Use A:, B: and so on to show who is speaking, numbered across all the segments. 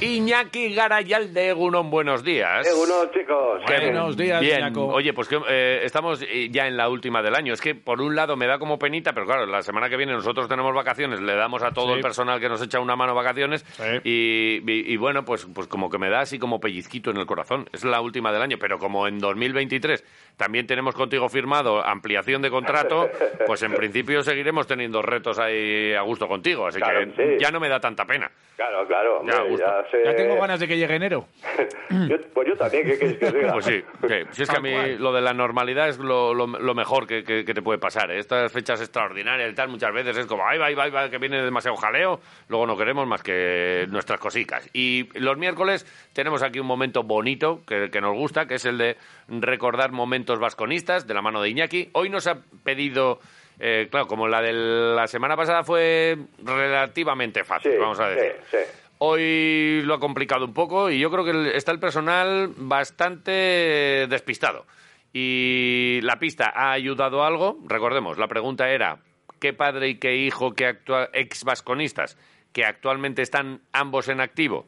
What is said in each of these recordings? A: Iñaki Garayalde Egunon, buenos días.
B: Egunon, chicos.
A: Qué bien.
C: Buenos días,
A: Bien.
C: Iñaco.
A: Oye, pues que eh, estamos eh, ya en la última del año. Es que por un lado me da como penita, pero claro, la semana que viene nosotros tenemos vacaciones, le damos a todo
C: Sí.
A: el personal que nos echa una mano vacaciones
C: Sí.
A: y, y- y bueno, pues, pues como que me da así como pellizquito en el corazón. Es la última del año, pero como en 2023 también tenemos contigo firmado ampliación de contrato, pues en principio seguiremos teniendo retos ahí a gusto contigo, así
B: Claro, sí.
A: que ya no me da tanta pena.
B: Claro, claro. hombre,
A: Ya, gusto.
B: sé-
C: Ya tengo ganas de que llegue enero.
B: Yo- pues yo también, ¿qué quieres que diga?
A: Pues sí, sí. Si es que a mí lo de la normalidad es lo, lo- lo mejor que, que- que te puede pasar. ¿eh? Estas fechas extraordinarias y tal, muchas veces es como, ay, va, ay, va, ay, va, que viene demasiado jaleo. Luego no queremos más que nuestras cositas. Y los miércoles tenemos aquí un momento bonito que, que nos gusta, que es el de recordar momentos vasconistas de la mano de Iñaki. Hoy nos ha pedido. eh, claro, como la de la semana pasada fue relativamente fácil,
B: Sí,
A: vamos a
B: sí,
A: decir.
B: sí.
A: Hoy lo ha complicado un poco y yo creo que el- está el personal bastante despistado. Y la pista ha ayudado algo. Recordemos, la pregunta era, ¿qué padre y qué hijo, qué actua- ex vasconistas que actualmente están ambos en activo?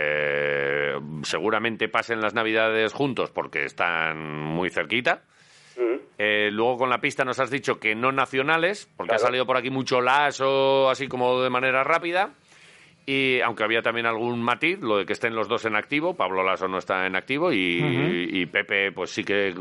A: eh, seguramente pasen las navidades juntos porque están muy cerquita. Eh, luego con la pista nos has dicho que no nacionales, porque
B: Claro.
A: ha salido por aquí mucho lazo, así como de manera rápida. Y aunque había también algún matiz, lo de que estén los dos en activo, Pablo Lasso no está en activo y, y Pepe pues sí que c-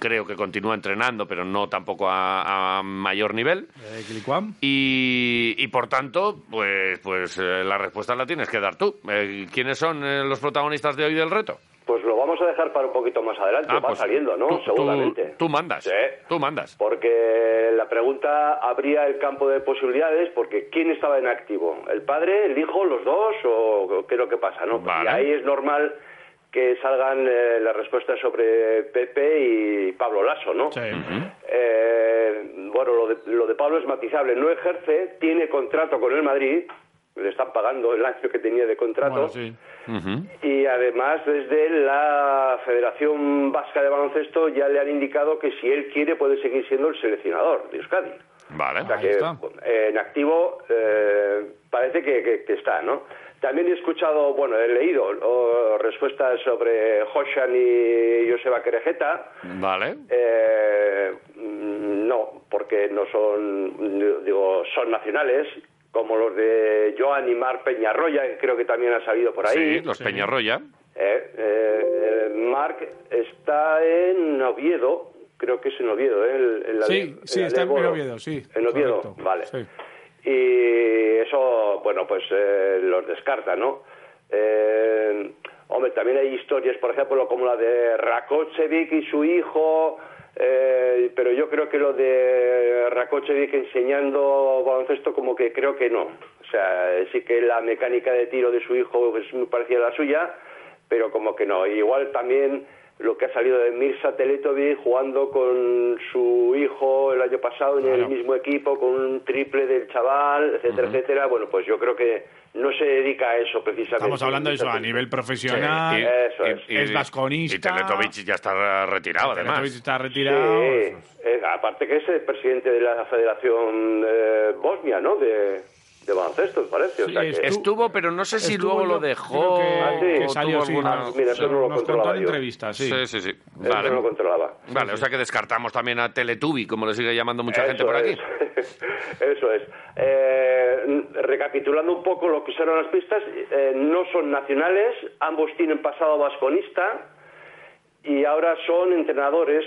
A: creo que continúa entrenando, pero no tampoco a, a mayor nivel.
C: Eh, Kilicuam.
A: Y, y, por tanto, pues, pues eh, la respuesta la tienes que dar tú. Eh, ¿Quiénes son eh, los protagonistas de hoy del reto?
B: Pues lo vamos a dejar para un poquito más adelante. Va
A: pues,
B: saliendo, ¿no?
A: tú- tú-
B: Seguramente.
A: Tú, mandas.
B: Sí.
A: Tú mandas.
B: Porque la pregunta abría el campo de posibilidades, porque ¿quién estaba en activo? ¿El padre, el hijo, los dos o qué es lo que pasa? ¿no?
A: Vale.
B: Y ahí es normal que salgan eh, las respuestas sobre Pepe y Pablo Lasso, ¿no?
C: Sí.
B: Eh, bueno, lo de, lo de Pablo es matizable. No ejerce, tiene contrato con el Madrid, le están pagando el año que tenía de contrato.
C: Bueno, sí.
A: Ujú.
B: Y además desde la Federación Vasca de Baloncesto ya le han indicado que si él quiere puede seguir siendo el seleccionador de Euskadi.
A: Vale.
B: O sea
C: Ahí
B: que
C: está.
B: eh, en activo eh, parece que, que- que está, ¿no? También he escuchado, bueno, he leído o, respuestas sobre Hoshan y Joseba Querejeta.
A: Vale.
B: Eh, mm, no, porque no son, digo, son nacionales, como los de Joan y Mar Peñarroya, que creo que también ha salido por ahí.
A: Sí, los Peñarroya.
B: Eh, eh, eh, Mark está en Oviedo, creo que es en Oviedo, ¿eh? El- el
C: Sí,
B: Ale-
C: sí,
B: el
C: está en
B: Aleboro.
C: Oviedo, sí,
B: En Oviedo,
C: correcto,
B: vale.
C: sí.
B: Y eso, bueno, pues eh, los descarta, ¿no? Eh, hombre, también hay historias, por ejemplo, como la de Rakocevic y su hijo, eh, pero yo creo que lo de Rakocevic enseñando baloncesto como que creo que no. O sea, sí que la mecánica de tiro de su hijo es muy parecida a la suya, pero como que no. Igual también lo que ha salido de Mirza Teletovic jugando con su hijo el año pasado en el mismo equipo, con un triple del chaval, etcétera, etcétera. Bueno, pues yo creo que no se dedica a eso precisamente.
C: Estamos hablando de eso a
B: Mirza
C: nivel
A: Sí,
C: profesional.
B: Eso es.
C: Es vasconista.
A: Y Teletovich ya está retirado, además.
C: Teletovic está retirado.
B: Teletovic.
C: eso es.
B: Sí, eh, aparte que es el presidente de la Federación eh, Bosnia, ¿no? De, de baloncesto, me parece. O
C: Sí,
B: sea que-
C: es-
A: Estuvo, pero no sé si
C: Estuvo,
A: luego
C: yo
A: lo
C: creo
A: dejó.
C: que-
B: Ah, sí.
A: o
C: que
A: tuvo
C: salió, sí.
A: alguna-
B: Ah, mira, eso no lo
C: Nos contó
B: controlaba
C: en
B: yo.
C: entrevistas, sí. Este-
A: Sí, sí, sí.
B: Esto
A: Vale.
B: no lo controlaba.
A: Vale, o sea que descartamos también a Teletubi, como le sigue llamando mucha gente
B: Eso
A: por aquí.
B: es. Eso es. Eh, recapitulando un poco lo que serán las pistas, eh, no son nacionales, ambos tienen pasado vasconista y ahora son entrenadores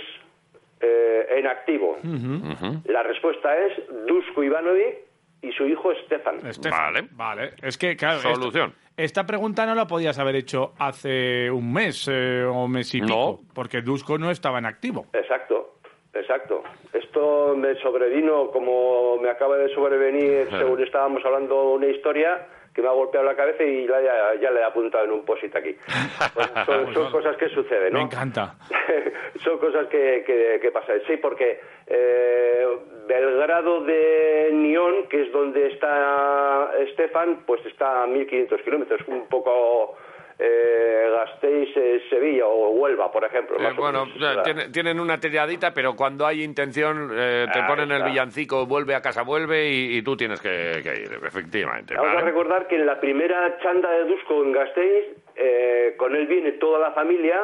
B: eh, en activo.
A: Mm.
B: La respuesta es Dusko Ivanovic y su hijo Stefan.
C: Estefan,
A: Vale.
C: Vale. Es que, claro. esta-
A: Solución.
C: Esta, pregunta no la podías haber hecho hace un mes eh, o mes y
A: No.
C: pico. Porque Dusko no estaba en activo.
B: Exacto, exacto. Esto me sobrevino como me acaba de sobrevenir según estábamos hablando una historia que me ha golpeado la cabeza y la- ya, ya la he apuntado en un posit aquí. Pues son, son cosas que suceden, ¿no?
C: Me encanta.
B: son cosas que, que, que pasan. Sí, porque eh, Belgrado de Nión, que es donde está Estefan, pues está a 1.500 kilómetros, un poco eh, Gasteiz, eh, Sevilla o Huelva, por ejemplo.
A: Eh,
B: más o
A: bueno,
B: menos,
A: o sea,
B: ¿verdad?
A: tiene- tienen una tiradita, pero cuando hay intención eh, te
B: Ahí
A: ponen el
B: está.
A: villancico, vuelve a casa, vuelve y, y tú tienes que, que ir, efectivamente.
B: Vamos
A: ¿vale?
B: a recordar que en la primera chanda de Dusko en Gasteiz, eh, con él viene toda la familia,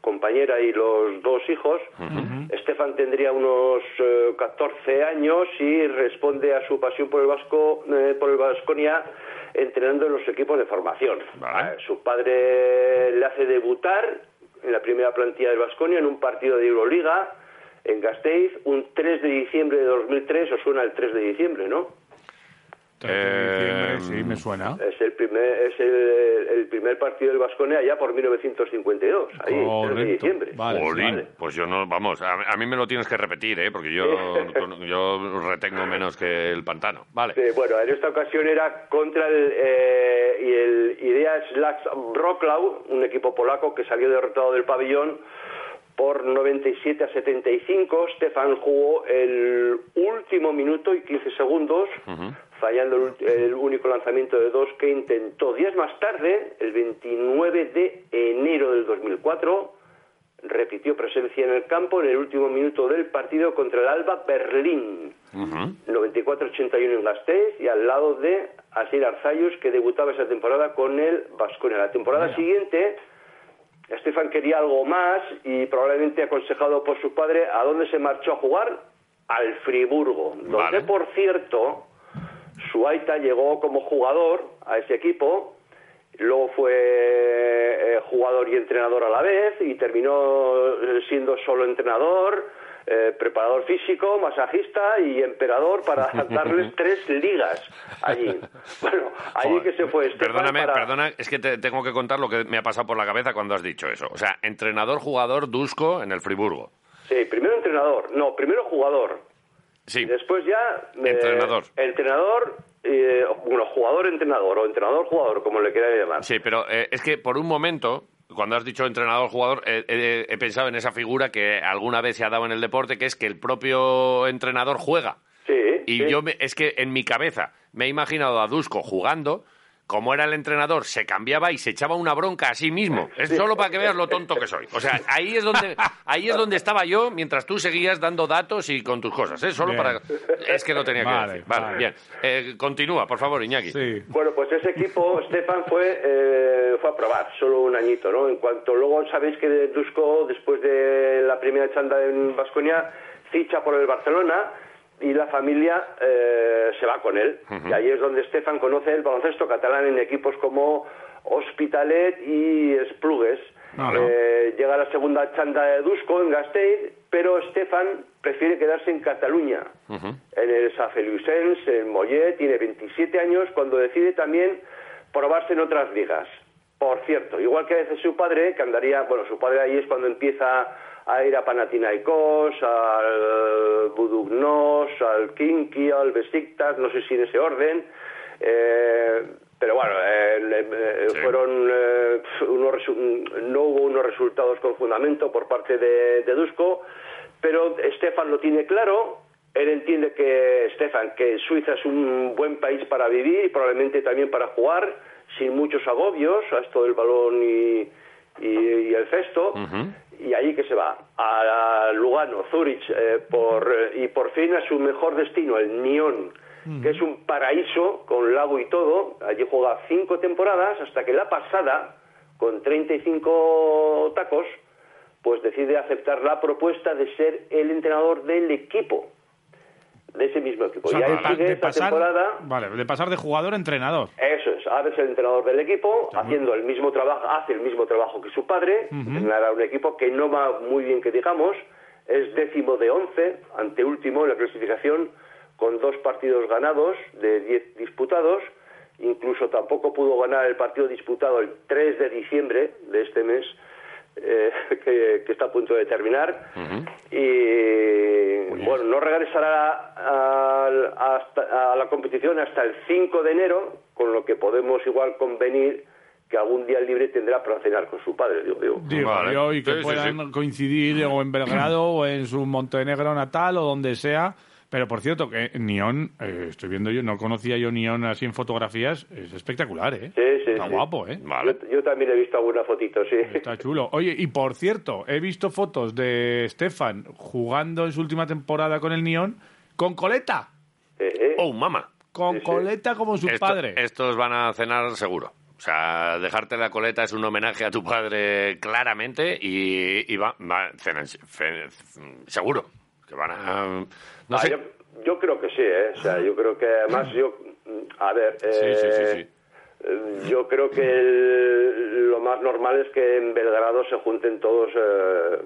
B: compañera y los dos hijos. Estefan tendría unos eh, 14 años y responde a su pasión por el Vasco, eh, por el Vasconia, entrenando en los equipos de formación.
A: Vale.
B: Eh, su padre le hace debutar en la primera plantilla del Vasconia en un partido de Euroliga en Gasteiz, un 3 de diciembre de 2003, os suena el 3 de diciembre, ¿no?
A: Eh,
C: sí, me suena.
B: Es el primer, es el, el primer partido del Vasconia ya por 1952, ahí, el 3 de
C: Correcto.
B: diciembre.
C: Vale,
A: Jolín,
B: vale.
A: pues yo no, vamos, a, a mí me lo tienes que repetir, ¿eh? porque yo, yo retengo menos que el pantano. Vale.
B: Sí, bueno, en esta ocasión era contra el, eh, y el Idea Slash Wrocław, un equipo polaco que salió derrotado del pabellón por 97 a 75. Stefan jugó el último minuto y 15 segundos, fallando el, ult- el único lanzamiento de dos que intentó. Días más tarde, el 29 de enero del 2004, repitió presencia en el campo en el último minuto del partido contra el Alba Berlín.
A: Ujú.
B: 94-81 en Gasteiz y al lado de Asir Arzayus que debutaba esa temporada con el Vasconia. La temporada siguiente, Estefan quería algo más y probablemente aconsejado por su padre, ¿a dónde se marchó a jugar? Al Friburgo, donde
A: Vale.
B: por cierto su Aita llegó como jugador a ese equipo, luego fue eh, jugador y entrenador a la vez y terminó eh, siendo solo entrenador, eh, preparador físico, masajista y emperador para darles tres ligas allí. Bueno, allí que se fue. Estefan
A: Perdóname,
B: para-
A: perdona, es que te tengo que contar lo que me ha pasado por la cabeza cuando has dicho eso. O sea, entrenador, jugador, Dusko en el Friburgo.
B: Sí, primero entrenador, no, primero jugador.
A: Sí,
B: Y después ya... eh,
A: Entrenador.
B: entrenador, eh, bueno, jugador-entrenador o entrenador-jugador, como le quiera llamar.
A: sí, pero eh, es que por un momento, cuando has dicho entrenador, jugador, eh, eh, he pensado en esa figura que alguna vez se ha dado en el deporte, que es que el propio entrenador juega.
B: Sí,
A: Y
B: sí.
A: yo me- es que en mi cabeza me he imaginado a Dusko jugando, como era el entrenador, se cambiaba y se echaba una bronca a sí mismo. Es solo para que veas lo tonto que soy. O sea, ahí es donde ahí es donde estaba yo mientras tú seguías dando datos y con tus cosas, ¿eh? Solo
C: Bien.
A: para es que lo tenía que
C: Vale,
A: decir. Vale,
C: vale.
A: bien. Eh, continúa, por favor, Iñaki.
C: Sí.
B: Bueno, pues ese equipo, Stefan, fue, eh, fue a probar, solo un añito, ¿no? En cuanto luego sabéis que Dusko, después de la primera chanda en Vasconia, ficha por el Barcelona y la familia eh, se va con él. Y ahí es donde Stefan conoce el baloncesto catalán en equipos como Hospitalet y Esplugues.
C: Ajá.
B: Eh, llega la segunda chanda de Dusko en Gasteiz, pero Stefan prefiere quedarse en Cataluña en el Safeliusens, en Mollet, tiene 27 años cuando decide también probarse en otras ligas. Por cierto, igual que a veces su padre, que andaría, bueno, su padre ahí es cuando empieza a ir a Panathinaikos, al Budugnos, al Kinki, al Besiktas, no sé si en ese orden, eh, pero bueno, eh, eh, eh,
A: Sí.
B: fueron fueron, eh, unos resu- mm, no hubo unos resultados con fundamento por parte de, de Dusko, pero Stefan lo tiene claro. Él entiende que Stefan, que Suiza es un buen país para vivir y probablemente también para jugar, sin muchos agobios, a esto del balón y, y- y el cesto,
A: Mm.
B: y ahí que se va, a Lugano, Zurich, eh, por, eh, y por fin a su mejor destino, el Nyon,
C: Mm.
B: que es un paraíso con lago y todo. Allí juega cinco temporadas hasta que la pasada, con 35 tacos, pues decide aceptar la propuesta de ser el entrenador del equipo, de ese mismo equipo.
C: O sea,
B: y ahí
C: de pa-
B: sigue
C: de
B: esta temporada.
C: Vale, de pasar de jugador a entrenador.
B: Eso es, ahora es el entrenador del equipo, haciendo el mismo trabajo, hace el mismo trabajo que su padre, entrenará un equipo que no va muy bien que digamos, es décimo de once, anteúltimo en la clasificación, con dos partidos ganados de diez disputados, incluso tampoco pudo ganar el partido disputado el 3 de diciembre de este mes, eh, que, que está a punto de terminar,
D: Eh,
B: y bueno, no regresará a, a- hasta- a la competición hasta el 5 de enero, con lo que podemos igual convenir que algún día libre tendrá para cenar con su padre, digo, digo.
C: Digo
A: Vale.
C: yo, y que
A: Sí, sí,
C: puedan coincidir o en Belgrado o en su Montenegro natal o donde sea. Pero por cierto, que Neon, eh, estoy viendo yo, no conocía yo Neon así en fotografías, es espectacular, ¿eh?
B: Sí, sí,
C: Está
B: sí.
C: guapo, ¿eh?
A: Vale.
B: Yo, yo también he visto alguna fotito, sí.
C: Está chulo. Oye, y por cierto, he visto fotos de Stefan jugando en su última temporada con el Neon con coleta.
B: Eh, eh.
A: Oh, mamá.
C: Con
B: Sí, sí.
C: coleta como su
A: Esto-
C: padre.
A: Estos van a cenar seguro. O sea, dejarte la coleta es un homenaje a tu padre claramente y, y va, va- cenan se- fe- seguro. Que van a... No
B: Ah,
A: sé.
B: yo, yo creo que sí, ¿eh? O sea, yo creo que además yo... A ver, eh,
A: sí, sí, sí.
B: eh, yo creo que el- lo más normal es que en Belgrado se junten todos... eh,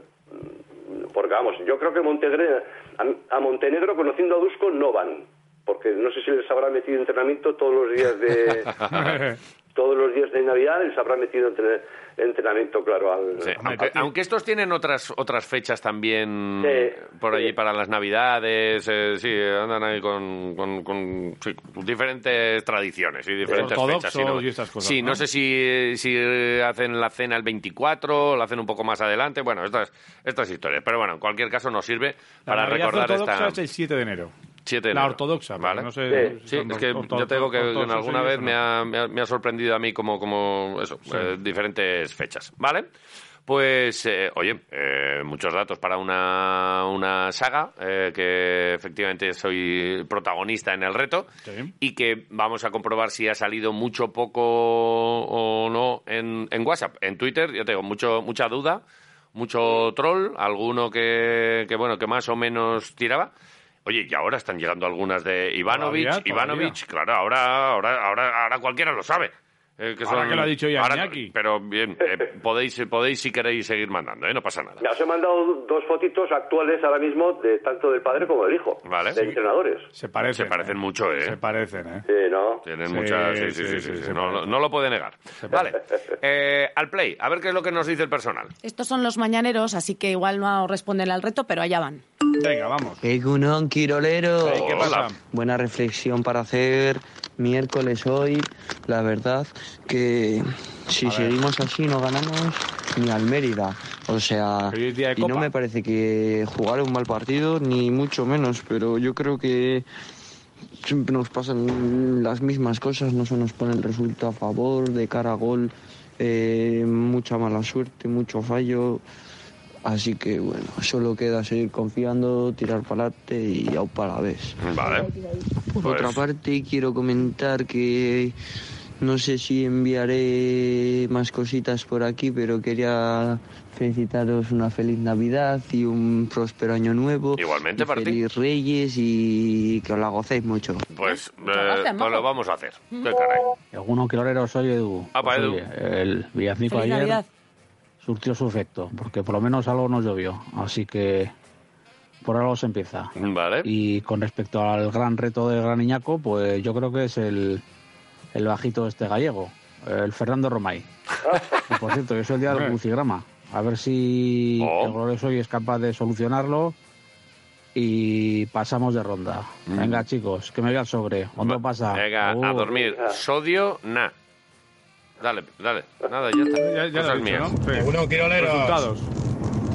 B: porque vamos, yo creo que Montegre- a, a Montenegro, conociendo a Dusko, no van. Porque no sé si les habrá metido entrenamiento todos los días de... todos los días de Navidad les habrá metido entre- entrenamiento, claro, al...
A: Sí,
B: al-
A: aunque, aunque estos tienen otras otras fechas también
B: Sí,
A: por allí
B: sí.
A: para las navidades, eh, sí, andan ahí con, con- con, sí, con diferentes tradiciones y diferentes
C: Ortodoxos
A: fechas. sí, no,
C: y estas cosas,
A: sí,
C: ¿no?
A: no sé si, si hacen la cena el 24 o la hacen un poco más adelante, bueno, estas, estas historias. Pero bueno, en cualquier caso nos sirve
C: La
A: para
C: Navidad
A: recordar
C: ortodoxa
A: esta...
C: es el 7 de enero.
A: 7 de
C: la
A: enero.
C: ortodoxa, porque
A: Vale.
C: no sé.
A: Sí,
C: son
A: es que
C: orto-
A: yo te digo que
C: ortodoxos,
A: en alguna
C: sí,
A: vez
C: eso
A: me
C: no.
A: ha, me ha- me ha sorprendido a mí como, como eso, eh, diferentes fechas, ¿vale? Pues, eh, oye, eh, muchos datos para una, una saga, eh, que efectivamente soy protagonista en el reto
C: Sí.
A: y que vamos a comprobar si ha salido mucho, poco o no en, en WhatsApp. En Twitter, yo tengo mucho, mucha duda, mucho troll, alguno que, que, bueno, que más o menos tiraba. Oye, y ahora están llegando algunas de
C: Todavía,
A: Ivanovic,
C: todavía.
A: Ivanovic, claro, ahora, ahora, ahora, ahora cualquiera lo sabe. eh,
C: Ahora que lo ha dicho ya
A: ahora-
C: Iñaki.
A: Pero bien, eh, podéis, podéis si queréis seguir mandando, ¿eh? no pasa nada.
B: Ya os he mandado dos fotitos actuales ahora mismo, de tanto del padre como del hijo,
A: Vale.
B: de
A: Sí.
B: entrenadores.
C: Se parecen.
A: Se parecen
C: ¿eh?
A: mucho, ¿eh?
C: Se parecen, ¿eh?
B: Sí, ¿no?
A: Tienen
C: Sí,
A: muchas. Sí, sí,
C: sí, sí,
A: sí, sí,
C: se
A: No,
C: parece.
A: no- no lo puede negar. Vale. Eh, al play, a ver qué es lo que nos dice el personal.
D: Estos son los mañaneros, así que igual no responden al reto, pero allá van.
C: Venga, vamos.
E: Egunon, Quirolero.
C: Ey, ¿Qué
A: Hola.
C: pasa?
E: Buena reflexión para hacer miércoles hoy. La verdad que si seguimos así no ganamos ni al Mérida. O sea,
C: Hoy es día de
E: y no
C: Copa.
E: me parece que jugar un mal partido, ni mucho menos, pero yo creo que siempre nos pasan las mismas cosas, no se nos pone el resultado a favor, de cara a gol, eh, mucha mala suerte, mucho fallo. Así que bueno, solo queda seguir confiando, tirar para adelante y au para la vez.
A: Vale.
E: Por
A: Pues-
E: otra parte, quiero comentar que no sé si enviaré más cositas por aquí, pero quería felicitaros una feliz Navidad y un próspero año nuevo.
A: Igualmente
E: Y
A: para ti.
E: Feliz Reyes y que os la gocéis mucho.
A: Pues,
D: Muchas
A: eh,
D: gracias,
A: pues lo
D: majo.
A: vamos a hacer. Qué caray.
F: Algunos quiloreros, soy Edu. Pues
A: Ah, pa, Edu.
F: oye, el villancico
D: Feliz
F: ayer
D: Navidad.
F: surtió su efecto, porque por lo menos algo nos llovió. Así que por algo se empieza.
A: Vale.
F: Y con respecto al gran reto del gran Iñaco, pues yo creo que es el, el bajito este gallego, el Fernando Romay. Y por cierto, yo soy el día del crucigrama. A ver si
A: Oh.
F: el glorioso hoy es capaz de solucionarlo y pasamos de ronda.
A: Mm.
F: Venga, chicos, que me vea el sobre. ¿Cuándo
C: Ah,
F: pasa?
A: Venga, a
C: oh.
F: Agur.
A: dormir. Sodio, na. Dale, dale. Nada, ya está.
C: Ya, ya lo
A: Cosas
C: he dicho,
A: mías.
C: ¿no? Sí.
G: Uno Quiroleros.
C: Resultados.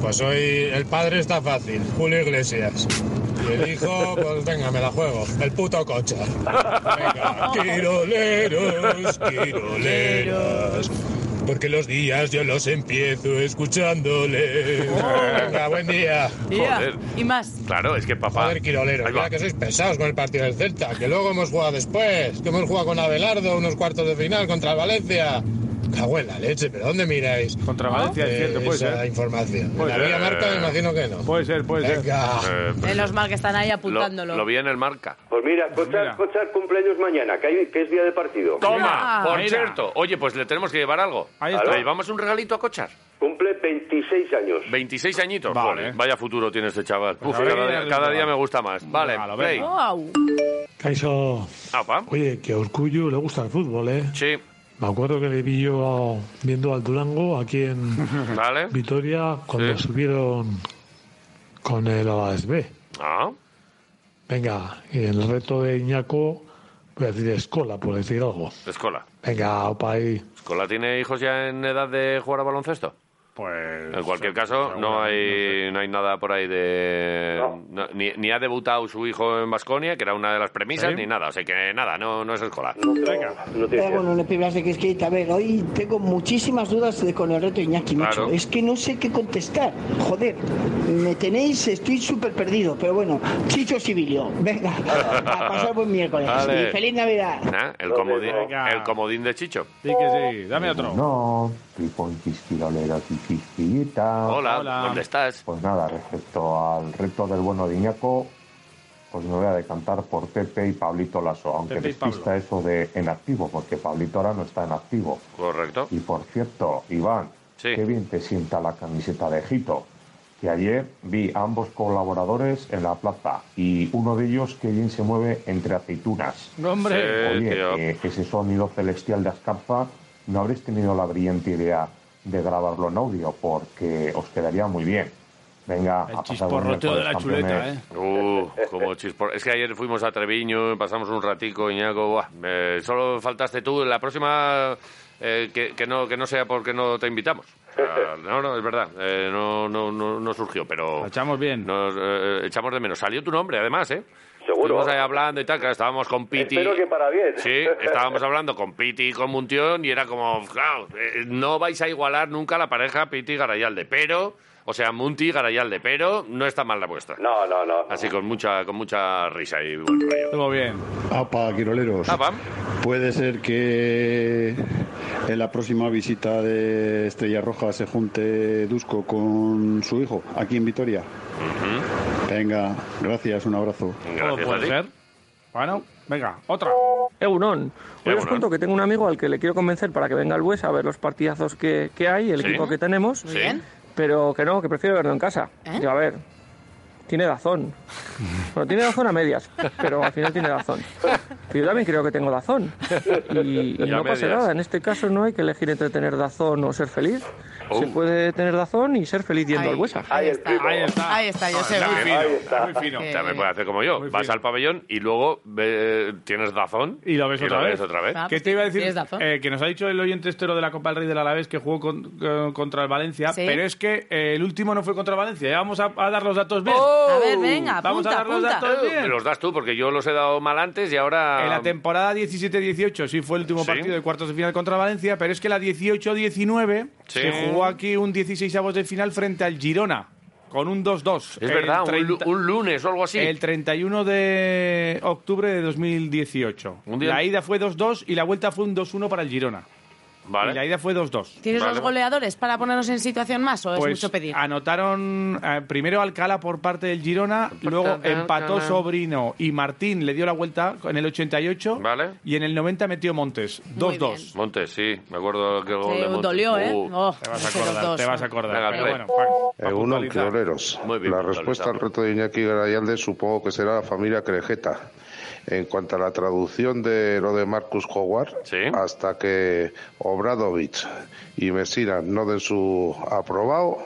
G: Pues hoy el padre está fácil, Julio Iglesias. Y el hijo, pues venga, me la juego. El puto coche. Venga, quiroleros, quiroleros. Porque los días yo los empiezo escuchándoles. Venga, buen día.
A: Joder.
D: Y más.
A: Claro, es que papá.
G: Joder, quiroleros,
A: Ahí va.
G: mira que sois pesados con el partido del Celta, que luego hemos jugado después, que hemos jugado con Abelardo unos cuartos de final contra el Valencia. Cago en la leche, pero ¿dónde miráis?
C: Contra Valencia, es cierto,
G: Eh,
C: puede
G: esa
C: ser.
G: información.
C: Puede
G: la
C: ser.
G: Vía Marca me imagino que no.
C: Puede ser, puede ser.
G: Venga.
A: Eh,
D: Menos mal que están ahí
A: lo,
D: apuntándolo.
A: lo vi en el marca.
B: Pues mira,
C: mira.
B: Cochar, Cochar cumpleaños mañana, que, hay- que es día de partido.
A: ¡Toma!
D: Mira,
A: Por
C: mira.
A: cierto. Oye, pues le tenemos que llevar algo.
C: Ahí está.
A: ¿Le llevamos un regalito a Cochar?
B: Cumple 26 años.
A: 26 añitos.
C: Vale. Pues
A: Joder, vaya futuro tiene este chaval. Uf,
C: habrá
A: cada
C: que
A: día,
C: darle
A: cada
C: un
A: día me
C: regalo.
A: gusta más. Vale,
C: regalo,
A: play.
C: venga.
D: Guau.
H: Caiso,
A: Ah, pa.
H: oye, que a Urcullu le gusta el fútbol, ¿eh?
A: Sí,
H: Me acuerdo que le vi yo viendo al Durango aquí en
A: vale.
H: Vitoria cuando
A: Sí.
H: subieron con el Alavés B.
A: Ah,
H: Venga, y el reto de Iñaco, voy a decir escola, por decir algo.
A: Escola.
H: Venga, opa ahí.
A: ¿Escola tiene hijos ya en edad de jugar a baloncesto?
C: Pues.
A: En cualquier caso, no hay, no hay nada por ahí de...
B: No.
A: no, ni, ni ha debutado su hijo en Basconia, que era una de las premisas,
C: Sí.
A: ni nada. O sea que nada, no, no es escolar.
C: Venga.
B: Noticias.
I: Ah, Bueno, le pibas de Quisqueita, a ver, hoy tengo muchísimas dudas de- con el reto Iñaki, macho.
A: Claro.
I: Es que no sé qué contestar. Joder, me tenéis, estoy súper perdido, pero bueno, Chicho Sibilio, venga, a pasar buen miércoles.
A: Vale.
I: Y feliz Navidad.
A: Nah, ¿Eh? El,
B: Lo
A: comodín,
B: mismo.
C: Venga.
A: el comodín de Chicho.
C: Sí, que sí. Dame otro.
J: No, tripón quisquilolero y quisquillita.
A: Hola,
C: Hola.
A: ¿dónde estás?
J: Pues nada, respecto al reto del bueno de Iñaco, pues me voy a decantar por Pepe y Pablito Lasso, aunque
C: Pepe y
J: despista
C: Pablo.
J: eso de en activo, porque Pablito ahora no está en activo.
A: Correcto.
J: Y por cierto, Iván,
A: Sí.
J: qué bien te sienta la camiseta de Egipto. Que ayer vi a ambos colaboradores en la plaza y uno de ellos que bien se mueve entre aceitunas.
C: No, hombre.
A: Eh,
J: Oye,
A: tío.
J: eh, ese sonido celestial de Ascarpa, no habréis tenido la brillante idea de grabarlo en audio, porque os quedaría muy bien. Venga,
C: El
J: a pasar buen
C: chisporroteo de la
J: miércoles,
C: chuleta,
J: campeones.
C: ¿eh?
A: Uh, como chispor. Es que ayer fuimos a Treviño, pasamos un ratico, Iñaco. buah, eh, solo faltaste tú. La próxima, eh, que, que no, que no sea porque no te invitamos. Ah, no, no, es verdad. eh, no, no, no, no surgió, pero.
C: Lo echamos bien.
A: Nos eh, echamos de menos. Salió tu nombre, además, ¿eh?
B: Seguro.
A: Estuvimos ahí hablando y tal, que estábamos con Piti.
B: Espero que para bien.
A: Sí, estábamos hablando con Piti y con Muntión y era como, claro, eh, no vais a igualar nunca la pareja Piti y Garayalde, pero, o sea, Munti y Garayalde, pero no está mal la vuestra.
B: No, no, no.
A: Así con mucha, con mucha risa y buen rollo.
C: Estuvo bien.
K: Apa, Quiroleros.
A: Ah, pam.
K: Puede ser que en la próxima visita de Estrella Roja se junte Dusko con su hijo, aquí en Vitoria. Venga, gracias, un abrazo.
C: Todo
A: Gracias a
C: puede
A: ti.
C: ser. Bueno, venga, otra.
L: Egunon, hoy os
A: Egunon.
L: cuento que tengo un amigo al que le quiero convencer para que venga al Bues a ver los partidazos que, que hay, el
A: Sí.
L: equipo que tenemos,
A: Sí.
D: bien.
L: pero que no, que prefiero verlo en casa.
D: ¿Eh?
L: Digo, a ver, tiene razón. Bueno, tiene razón a medias, pero al final tiene razón. Yo también creo que tengo razón. Y, y
A: Y a
L: no pasa
A: medias.
L: nada, en este caso no hay que elegir entre tener razón o ser feliz.
A: Oh.
L: Se puede tener razón y ser feliz yendo
D: Ahí,
L: al Buesa.
B: Ahí el primo.
C: Ahí está.
D: Ahí está,
A: Ah,
D: yo sé.
A: está
D: muy
A: bien.
D: bien.
B: Ahí está.
C: Muy fino.
D: Eh,
A: También puede hacer como yo.
C: Muy
A: Vas
C: fino.
A: al pabellón y luego ve- tienes razón.
C: Y lo ves otra vez.
D: Ah,
C: ¿Qué
D: pues
C: te iba a decir?
D: tienes razón.
C: Eh, que nos ha dicho el oyente estero de la Copa del Rey del Alavés que jugó con- con- contra el Valencia,
D: Sí.
C: pero es que eh, el último no fue contra el Valencia. Ya vamos a, a dar los datos bien.
D: Oh. A ver, venga,
C: Vamos a
D: apunta,
C: dar los
D: apunta.
C: datos. bien.
A: ¡Oh! Me los das tú porque yo los he dado mal antes y ahora.
C: En la temporada 17-18 sí fue el último
A: Sí.
C: partido de cuartos de final contra Valencia, pero es que la 18-19
A: Sí.
C: se jugó aquí un 16 avos de final frente al Girona, con un 2-2.
A: Es
C: El
A: verdad, un, lu-
C: 30
A: un lunes o algo así.
C: El 31 de octubre de 2018.
A: Un día-
C: La ida fue 2-2 y la vuelta fue un 2-1 para el Girona. Y la
A: Vale.
C: ida fue 2-2.
D: ¿Tienes
A: Vale.
D: los goleadores para ponernos en situación más o es
C: Pues,
D: mucho pedir?
C: anotaron eh, primero Alcalá por parte del Girona,
A: parte
C: luego
A: de
C: empató
A: Alcalá.
C: Sobrino y Martín le dio la vuelta en el 88
A: Vale.
C: y en el 90 metió Montes,
D: Muy
C: 2-2.
A: Montes, sí, me acuerdo que el gol
D: Sí,
A: de Montes.
D: dolió, ¿eh?
A: Uh,
D: Oh,
C: Te vas a
D: ese
C: acordar,
D: 2-2.
C: te vas a acordar.
A: Venga,
C: pero
A: play.
C: bueno, pa- pa
K: Eh, Uno,
C: puntualizar.
K: Quiroleros.
A: Muy bien,
K: la
A: puntualizado.
K: respuesta al reto de Iñaki Garayalde supongo que será la familia Crejeta. En cuanto a la traducción de lo de Marcus Howard,
A: Sí.
K: hasta que Obradovich y Messina no den su aprobado,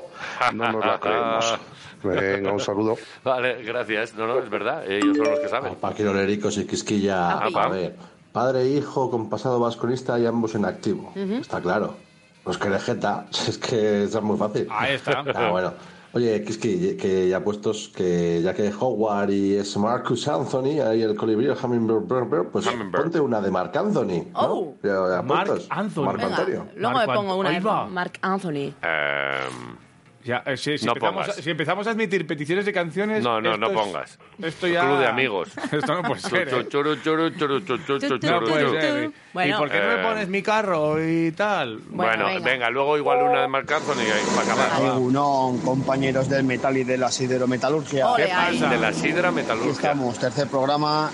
K: no nos la creemos. Venga, un saludo.
A: Vale, gracias. No, no, es verdad. Ellos son los que saben.
J: Apa, quirolericos y quisquilla.
D: Api.
J: A ver, padre e hijo con pasado vasconista y ambos en activo. Está claro. Los que rejeta, es que eso es muy fácil.
C: Ahí está.
J: Ah, bueno. Oye, Kiski, que ya puestos que ya que Howard y es Marcus Anthony, ahí el colibrí, el Hummingbird, bird, bird, pues
A: Hummingbird.
J: ponte una de Marc Anthony. ¿no?
D: Oh.
J: Ya- ya
C: Marc
J: puestos.
C: Anthony.
J: Marc
D: Venga,
J: Antonio.
D: luego
C: Marco
D: me pongo una
C: Ant-
D: de
C: Ahí va.
D: Mark Anthony.
A: Em,
C: Ya, eh, si, si
A: No
C: empezamos, a-
A: pongas.
C: si empezamos a admitir peticiones de canciones.
A: No, no,
C: esto
A: no
C: es-
A: pongas.
C: esto ya.
A: Club de amigos.
C: Esto no puede ser.
A: chu,
C: ¿eh?
A: churu, churu, churu, chu, chu, chu,
D: Tu, tu,
C: No
A: churu,
D: tu,
C: puede
A: chu.
D: tu.
C: ser. ¿Y
D: Bueno.
C: por qué no me
A: Eh.
C: pones mi carro y tal?
A: Bueno,
D: Bueno,
A: venga.
D: venga.
A: luego igual una de Marc Anthony ahí, para acabar.
I: Egunon, compañeros del metal y de la siderometalurgia.
D: Ole,
A: ¿Qué
D: ahí.
A: pasa? De la sidra metalúrgica.
I: tercer programa,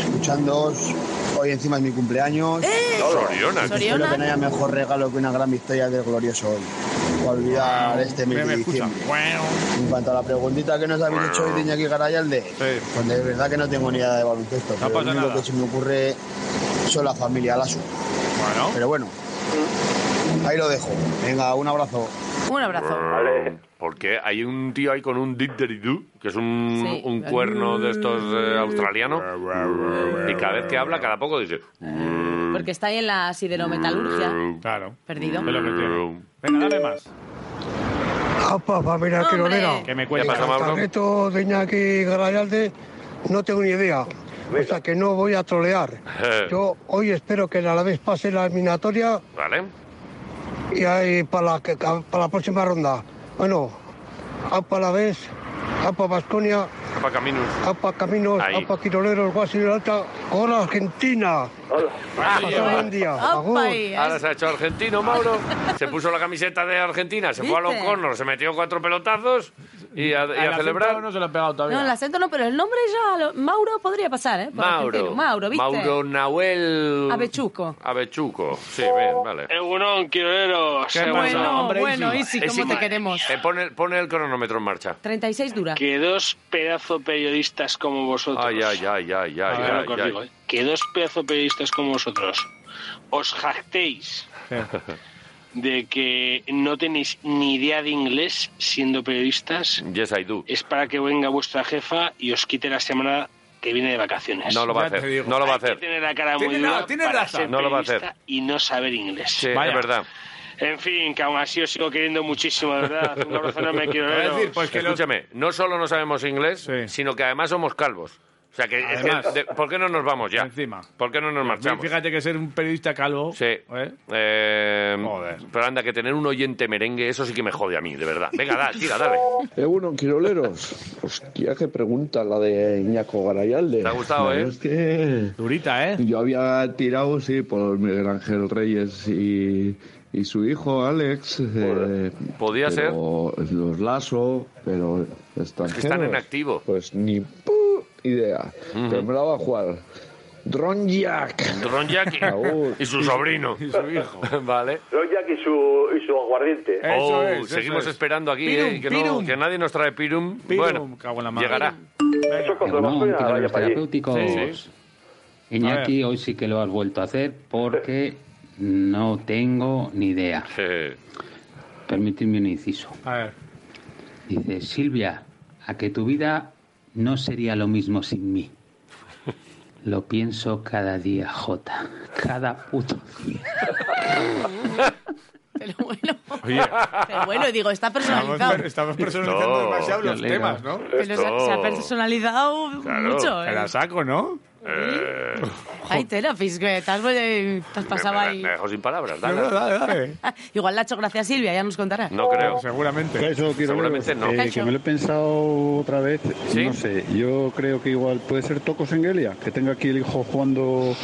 I: escuchándoos. Hoy encima es mi cumpleaños.
A: Soriona.
I: Espero que no
D: Soriona.
I: haya mejor regalo que una gran victoria del glorioso hoy. Para olvidar este mes
C: Me, me
I: de
C: escucha.
I: diciembre. En cuanto a la preguntita que nos habéis hecho hoy de Iñaki Garayalde, pues de verdad que no tengo ni idea de baloncesto.
C: pasa
I: pero lo único
C: nada.
I: que se me ocurre son la familia Lasso.
C: Bueno,
I: Pero bueno, ahí lo dejo. Venga, un abrazo.
D: Un abrazo.
B: Vale.
A: Porque hay un tío ahí con un didgeridoo, que es un,
D: Sí.
A: un cuerno de estos eh, australianos, y cada vez que habla, cada poco dice...
D: Porque está ahí en la siderometalurgia.
C: claro.
D: Perdido.
C: Es lo que tiene. Venga, dale más.
M: Apa, pa, mira qué
C: Hombre.
M: lonera.
C: Que me cuelga. ¿Qué pasa, Mauro?
M: El reto de Iñaki Garayalde no tengo ni idea. O sea que no voy a trolear. Yo hoy espero que el Alavés pase la eliminatoria
A: Vale.
M: y ahí para la, que- para la próxima ronda. Bueno, apa Alavés, apa Basconia,
A: Para caminos.
M: apa Caminos,
A: Ahí.
M: apa Quiroleros, Guasilota, con Argentina. Hola.
D: Ah,
A: Ahí
D: pues
A: lleva.
M: buen día. Agur.
A: Ahora se ha hecho argentino, Mauro. Se puso la camiseta de Argentina, se fue a los
D: ¿Viste?
A: cornos, se metió cuatro pelotazos y a, y a
C: Al acento
A: celebrar.
C: No se lo han pegado todavía.
D: No, el acento no, pero el nombre ya. lo- Mauro podría pasar, ¿eh? Por
A: Mauro.
D: argentino. Mauro, ¿viste?
A: Mauro Nahuel.
D: Avechuco.
A: Abechuco. Sí, bien, vale.
N: Egunon, quiroleros.
A: ¿Qué
N: Egunon.
A: pasa? Hombre,
D: bueno, Isi,
A: Isi,
D: ¿cómo te
A: ma-
D: queremos?
A: Eh, pone, pone el cronómetro en marcha.
D: 36 dura.
N: Que dos pedazo periodistas como vosotros.
A: Ay, ay, ay, ay, ay,
N: Ahora
A: ay,
N: lo que os
A: ay.
N: digo, ¿eh? Que dos pedazo periodistas como vosotros os jactéis
C: ¿eh?
N: de que no tenéis ni idea de inglés siendo periodistas.
A: Yes, I do.
N: Es para que venga vuestra jefa y os quite la semana que viene de vacaciones.
A: No lo va a hacer. No lo va a
N: Hay
A: hacer.
N: que tener la cara muy
A: Tiene
N: dura
A: ra- tiene
N: para
A: raza.
N: ser
A: No lo va a
N: periodista
A: hacer.
N: y no saber inglés.
A: Sí, es verdad.
N: En fin, que aún así os sigo queriendo muchísimo, de verdad. Un abrazo enorme, quiero
A: Escúchame, no solo no sabemos inglés, sino que además somos calvos. O sea, que, es que-
C: Además.
A: de- ¿por qué no nos vamos ya? Encima. Pues ¿Por qué no nos marchamos?
C: Fíjate que ser un periodista calvo.
A: Sí. Eh, Pero anda, que tener un oyente merengue, eso sí que me jode a mí, de verdad. Venga, da, tira, dale.
O: Egunon, Eh, quiroleros. Hostia, qué pregunta la de Iñaco Garayalde.
A: Te ha gustado,
O: La
A: ¿eh?
O: verdad Es que...
C: Durita, ¿eh?
O: Yo había tirado, sí, por Miguel Ángel Reyes y, y su hijo, Alex. eh,
A: Pues, Podía
O: pero Los Lazo, pero extranjeros.
A: Están en activo.
O: Pues ni pu idea. Pero me la va a jugar. Dron Jack.
A: Ron Jackie
O: Raúl.
A: y su sobrino.
O: Y su hijo.
A: vale.
B: Ron Jack y su, y su aguardiente.
A: Oh, seguimos esperando aquí, eh, que, no- que nadie nos trae pirum. bueno, llegará.
P: Egunon,
A: vaya
P: quiroleros
A: para allí.
P: terapéuticos.
A: Sí, sí.
P: Iñaki, hoy sí que lo has vuelto a hacer porque no tengo ni idea. Permitidme un inciso. Dice, Silvia, a que tu vida no sería lo mismo sin mí. Lo pienso cada día, Jota. Cada puto día.
D: Pero bueno, digo, está personalizado.
C: Estamos, estamos personalizando
A: Esto-
C: demasiado los
A: Violero.
C: temas, ¿no?
D: Pero se ha, se ha personalizado
C: Claro.
D: mucho,
C: Te
D: ¿eh?
C: la saco, ¿no?
A: Eh,
D: Ay, terapis, que te has, eh, te has pasado
A: me,
D: ahí.
A: me dejo sin palabras,
C: No,
A: dale.
C: no, dale, dale. Oh.
D: Igual le ha hecho gracia a Silvia, ya nos contará.
A: No creo.
C: Seguramente.
K: Eso, quiero
A: Seguramente
K: veros.
A: no.
K: Eh, que me lo he pensado otra vez.
A: ¿Sí?
K: No sé, yo creo que igual puede ser Tocos Engelia, que tenga aquí el hijo jugando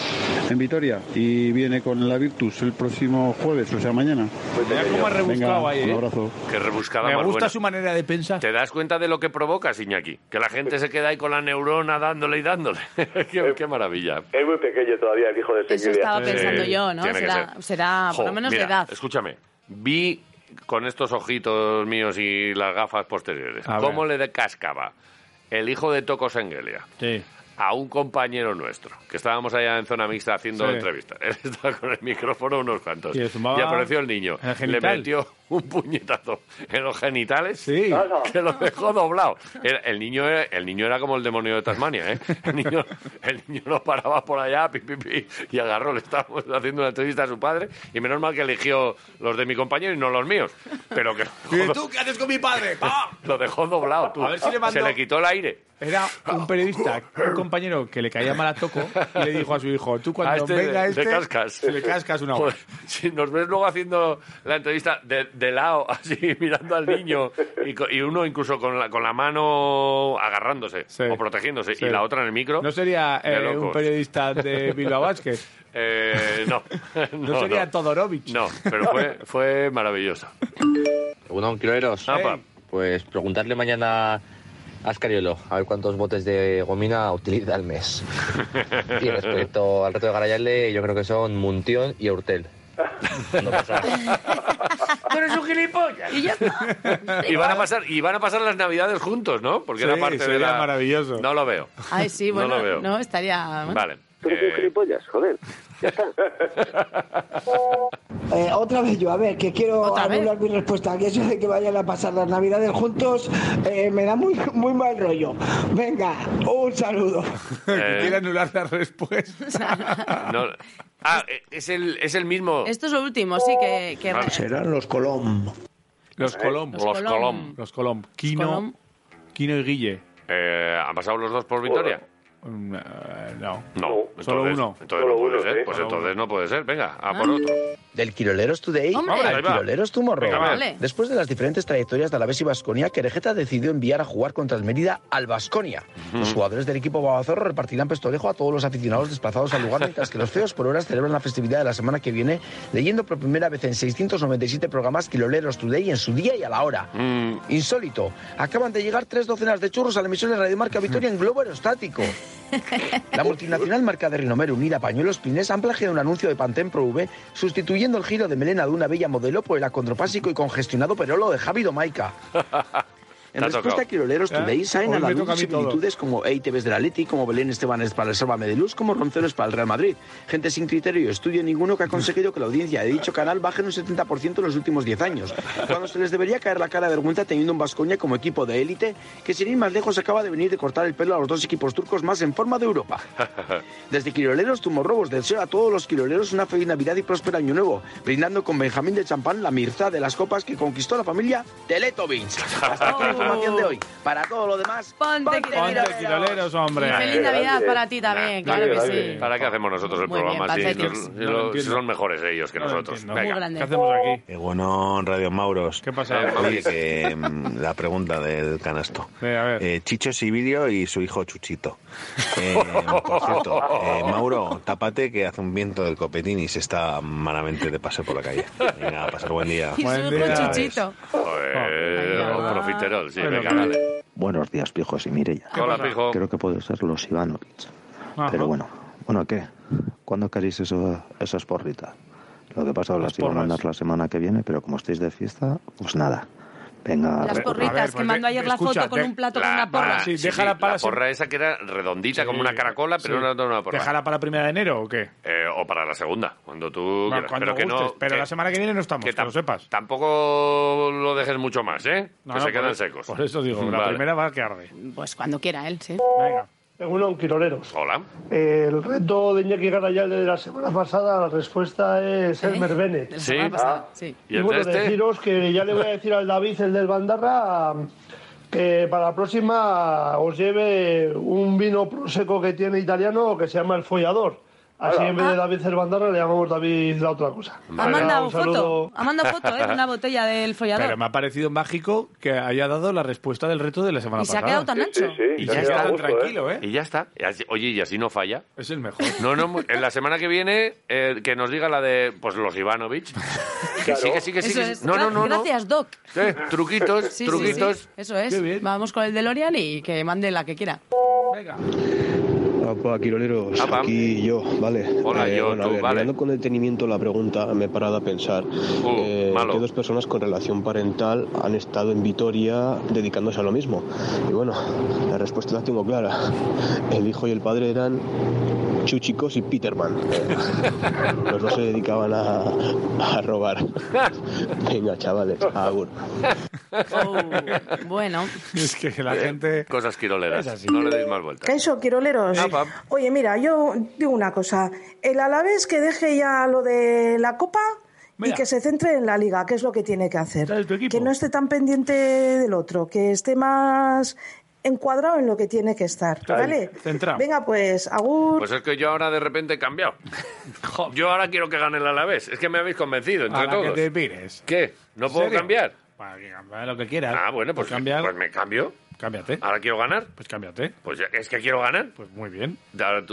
K: en Vitoria y viene con la Virtus el próximo jueves, o sea, mañana.
C: Mira Pues cómo ha rebuscado
K: Venga,
C: ahí,
K: un
C: ¿eh?
K: abrazo.
A: Qué rebuscada
C: Me
A: más
C: gusta
A: buena.
C: su manera de pensar.
A: ¿Te das cuenta de lo que provocas, Iñaki? Que la gente se queda ahí con la neurona dándole y dándole. qué, qué maravilla.
B: Es muy pequeño todavía el hijo de
D: Eso
B: Seguilia.
D: estaba pensando
A: Sí,
D: yo, ¿no?
A: tiene que
D: Será,
A: ser.
D: será Ah, por
A: Jo,
D: lo menos
A: mira,
D: de edad.
A: Escúchame, vi con estos ojitos míos y las gafas posteriores
C: A ver.
A: cómo le cascaba el hijo de Tocos Engelia
C: Sí.
A: a un compañero nuestro, que estábamos allá en zona mixta haciendo
C: Sí.
A: entrevistas. Él estaba con el micrófono unos cuantos.
C: Y le zumbaba
A: y apareció el niño.
C: en el
A: le
C: genital.
A: metió un puñetazo en los genitales que lo dejó doblado. Era- El, niño era, el niño era como el demonio de Tasmania, ¿eh? El niño, el niño lo paraba por allá, pi, pi, pi, y agarró. Le estábamos haciendo una entrevista a su padre y menos mal que eligió los de mi compañero y no los míos. Pero que...
C: ¿Y tú qué haces con mi padre? ¡Pa!
A: Lo dejó doblado, tú.
C: A ver si le mandó-
A: Se le quitó el aire.
C: Era un periodista, un compañero que le caía mal a Toco y le dijo a su hijo, tú cuando
A: A este
C: venga
A: le-
C: este,
A: le cascas.
C: le cascas una hora.
A: Joder, Si nos ves luego haciendo la entrevista de, de lado, así mirando al niño, y, co- y uno incluso con la, con la mano agarrándose o protegiéndose,
C: Sí.
A: y la otra en el micro.
C: ¿No sería
A: de
C: eh, un
A: locos.
C: periodista de Bilbao Vázquez?
A: Eh, no.
C: ¿No, sería Todorovic?
A: No, pero fue, fue maravilloso.
Q: Egunon, quiroleros.
A: Apa.
Q: Pues preguntarle mañana a Ascariolo a ver cuántos botes de gomina utiliza al mes. Y respecto al reto de Garayalde, yo creo que son Muntión y Urtel.
A: ¡Tú eres un gilipollas!
D: Y ya
A: Y van a pasar, y van a pasar las navidades juntos, ¿no? Porque era
C: Sí,
A: parte de
C: sería
A: la... maravilloso. No lo veo.
D: Ay, sí,
A: No
D: bueno, no,
A: lo veo.
D: estaría... bueno.
A: Vale.
D: un
A: gilipollas, joder.
I: Eh, otra vez yo, a ver, que quiero anular mi respuesta, que eso de que vayan a pasar las navidades juntos eh, me da muy, muy mal rollo. Venga, un saludo.
A: Eh.
C: Quiere anular la respuesta.
A: No- Ah, eh, es el, es el mismo.
D: Esto es lo último, sí, que... que-
O: Serán los Colom.
C: Los Colom.
A: Los Los Colom. Colom.
C: Los Colom. Quino,
A: Colom.
C: Quino y Guille.
A: Eh, ¿Han pasado los dos por Vitoria?
C: Mm, eh, No.
A: No,
C: Solo
A: entonces-
C: uno.
A: Entonces no puede ser. Pues entonces no puede ser. Venga, a por
C: Ah.
A: otro.
R: Del Quiroleros Today
A: Hombre. Ahí
R: al
A: va.
R: Quiroleros Tomorrow.
A: Venga, vale.
R: Después de las diferentes trayectorias de Alavés y Basconia, Querejeta decidió enviar a jugar contra el Mérida al Basconia. Los jugadores del equipo babazorro repartirán pestolejo a todos los aficionados desplazados al lugar, mientras que los feos por horas celebran la festividad de la semana que viene, leyendo por primera vez en 697 programas Quiroleros Today en su día y a la hora. Insólito. Acaban de llegar tres docenas de churros a la emisión de Radio Marca Victoria en globo aerostático. La multinacional marca de Rinomer unida a Pañuelos Pinés han plagiado un anuncio de Pantene Pro V sustituyendo el giro de melena de una bella modelo por el acondropásico y congestionado perolo de Javi Domaica. En
Q: Te ha
R: respuesta
Q: tocado.
R: a Quiroleros Today
Q: ¿Eh?
R: salen a
Q: Hoy
R: la
Q: me
R: luz
Q: toca a mí todo.
R: similitudes como EITBs del Atleti, como Belén Estebanes para el Sálvame de Luz, como Ronceros para el Real Madrid. Gente sin criterio y estudio ninguno que ha conseguido que la audiencia de dicho canal baje en un 70% en los últimos 10 años, cuando se les debería caer la cara de vergüenza teniendo un Vascoña como equipo de élite que sin ir más lejos acaba de venir de cortar el pelo a los dos equipos turcos más en forma de Europa. Desde Quiroleros Tumorrobos deseo a todos los quiroleros una feliz Navidad y próspero Año Nuevo, brindando con Benjamín de Champán la mirza de las copas que conquistó la familia Teletovich. Hasta aquí la información de hoy. Para todo lo demás,
D: Ponte, Quiroleros.
C: Ponte Quiroleros, hombre.
D: Y feliz Navidad para ti también, claro que sí.
A: ¿Para qué hacemos nosotros el
D: Muy bien,
A: programa si,
D: Pacetic.
A: nos-
D: No
A: si
D: lo
A: lo-
D: entiendo.
A: si son mejores ellos que nosotros? Venga.
D: Muy grande.
C: aquí?
S: Eh, bueno, Radio Mauros. ¿Qué
C: pasa?
S: Oye, que, mm, la pregunta del canasto. Eh, Chicho Sibirio y su hijo Chuchito. Eh, por cierto, eh, Mauro, tápate que hace un viento del copetín y se está malamente de paseo por la calle. Venga, a pasar buen día.
D: Y su hijo Chuchito.
A: Joder,
D: va.
A: profiterol, sí,
D: Bueno,
A: venga, dale.
T: Buenos días, pijos y Mireia.
A: ¿Qué Hola, pasa? pijo.
T: Creo que puede ser los Ivanovich.
A: Ajá.
T: Pero bueno, bueno, ¿qué? ¿Cuándo queréis eso, esas porritas? Lo que pasa, os las iba a mandar la semana que viene, pero como estáis de fiesta, pues nada. Venga,
D: Las
T: recurrid.
D: porritas
A: pues
D: que mandó ayer la foto con un plato con una porra.
A: sí, sí, la porra esa que era redondita como una caracola, pero
C: Sí.
A: no era una porra.
C: ¿Dejará para primera de enero o qué?
A: Eh, o para la segunda, cuando tú
C: Va,
A: quieras.
C: cuando
A: pero que
C: gustes,
A: no,
C: pero
A: que
C: la semana que viene no estamos, que, lo sepas.
A: tampoco lo dejes mucho más, ¿eh?
C: No,
A: que
C: no,
A: se quedan
C: por-
A: secos.
C: Por eso digo, la
A: Vale.
C: primera
U: Ah,
C: va a quedar de.
D: Pues cuando quiera él, sí.
U: Uno, un quiroleros.
A: Hola.
U: El reto de Iñaki Garayalde de la semana pasada, la respuesta es Elmer Bennett.
D: la semana Sí. pasada, sí.
U: Y,
D: ¿Y el de
U: bueno,
D: este?
U: deciros que ya le voy a decir al David, el del Bandarra, que para la próxima os lleve un vino proseco que tiene italiano que se llama El Follador. Así
D: Hola.
U: en vez de
D: Ah.
U: David el Bandarra le llamamos David la otra cosa.
D: Ha mandado
U: Un saludo.
D: foto, ha mandado foto, ¿eh? de Una botella del follador.
C: Pero me ha parecido mágico que haya dado la respuesta del reto de la semana
D: Y se ha
C: pasada.
D: quedado tan ancho.
C: Y ya está tranquilo, ¿eh?
A: Y ya está. Y así- Oye, y así no falla.
C: Es el mejor.
A: No, no, mu- en la semana que viene, eh, que nos diga la de, pues, los Ivanovich. Que sí, que sí, que sí.
D: Eso
A: que sí.
D: es.
A: No, no,
D: Gra-
A: no. no.
D: Gracias, Doc.
A: Eh, truquitos,
D: Sí, sí,
A: truquitos.
D: sí. Eso es. Vamos con el DeLorean y que mande la que quiera.
V: Apa, Quiroleros,
A: Apa.
V: aquí yo, ¿vale? Eh,
A: Hola, yo,
V: bueno, a
A: tú,
V: ver,
A: vale. Uh,
V: mirando con detenimiento la pregunta, me he parado a pensar eh, que dos personas con relación parental han estado en Vitoria dedicándose a lo mismo. Y bueno, la respuesta la tengo clara. El hijo y el padre eran Chuchicos y Peterman. Eh, Los dos se dedicaban a, a robar. Venga, chavales, agur.
D: Bueno.
C: Es que la gente...
A: Cosas quiroleras. No le deis más vueltas.
W: Eso, Quiroleros.
A: Ah, pap.
W: Oye, mira, yo digo una cosa. El Alavés que deje ya lo de la Copa y que se centre en la Liga, que es lo que tiene que hacer. Que no esté tan pendiente del otro, que esté más encuadrado en lo que tiene que estar,
A: Claro,
W: ¿vale?
A: centrado.
W: Venga, pues, agur.
A: Pues es que yo ahora de repente he cambiado. yo ahora quiero que gane el Alavés. Es que me habéis convencido entre
C: A la
A: todos.
C: que te pires.
A: ¿Qué? ¿No
C: ¿En
A: puedo
C: serio?
A: cambiar?
C: Lo que quieras.
A: Ah, bueno, pues, pues me cambio.
C: Cámbiate.
A: Ahora quiero ganar.
C: Pues cámbiate.
A: Pues ya- es que quiero ganar.
C: Pues muy bien.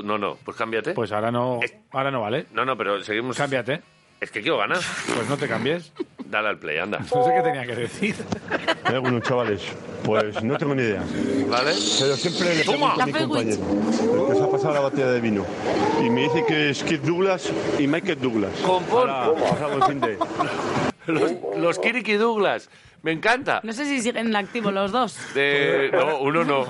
A: no, no, pues cámbiate.
C: Pues ahora no, ahora no vale.
A: No, no, pero seguimos.
C: Cámbiate.
A: Es que quiero ganar.
C: Pues no te cambies.
A: Dale al play, anda.
C: No sé qué tenía que decir.
X: Eh, bueno, chavales, pues no tengo ni idea.
A: ¿Vale?
X: Pero siempre le pregunto
A: Toma.
X: a mi
A: Café
X: compañero. Porque se ha pasado la botella de vino. Y me dice que es Kirk Douglas y Michael Douglas.
A: Compón.
X: Hola, pasado buen fin de-
A: Los, los Kiriki Douglas. Me encanta.
D: No sé si siguen en activo los dos.
A: De- no, uno no.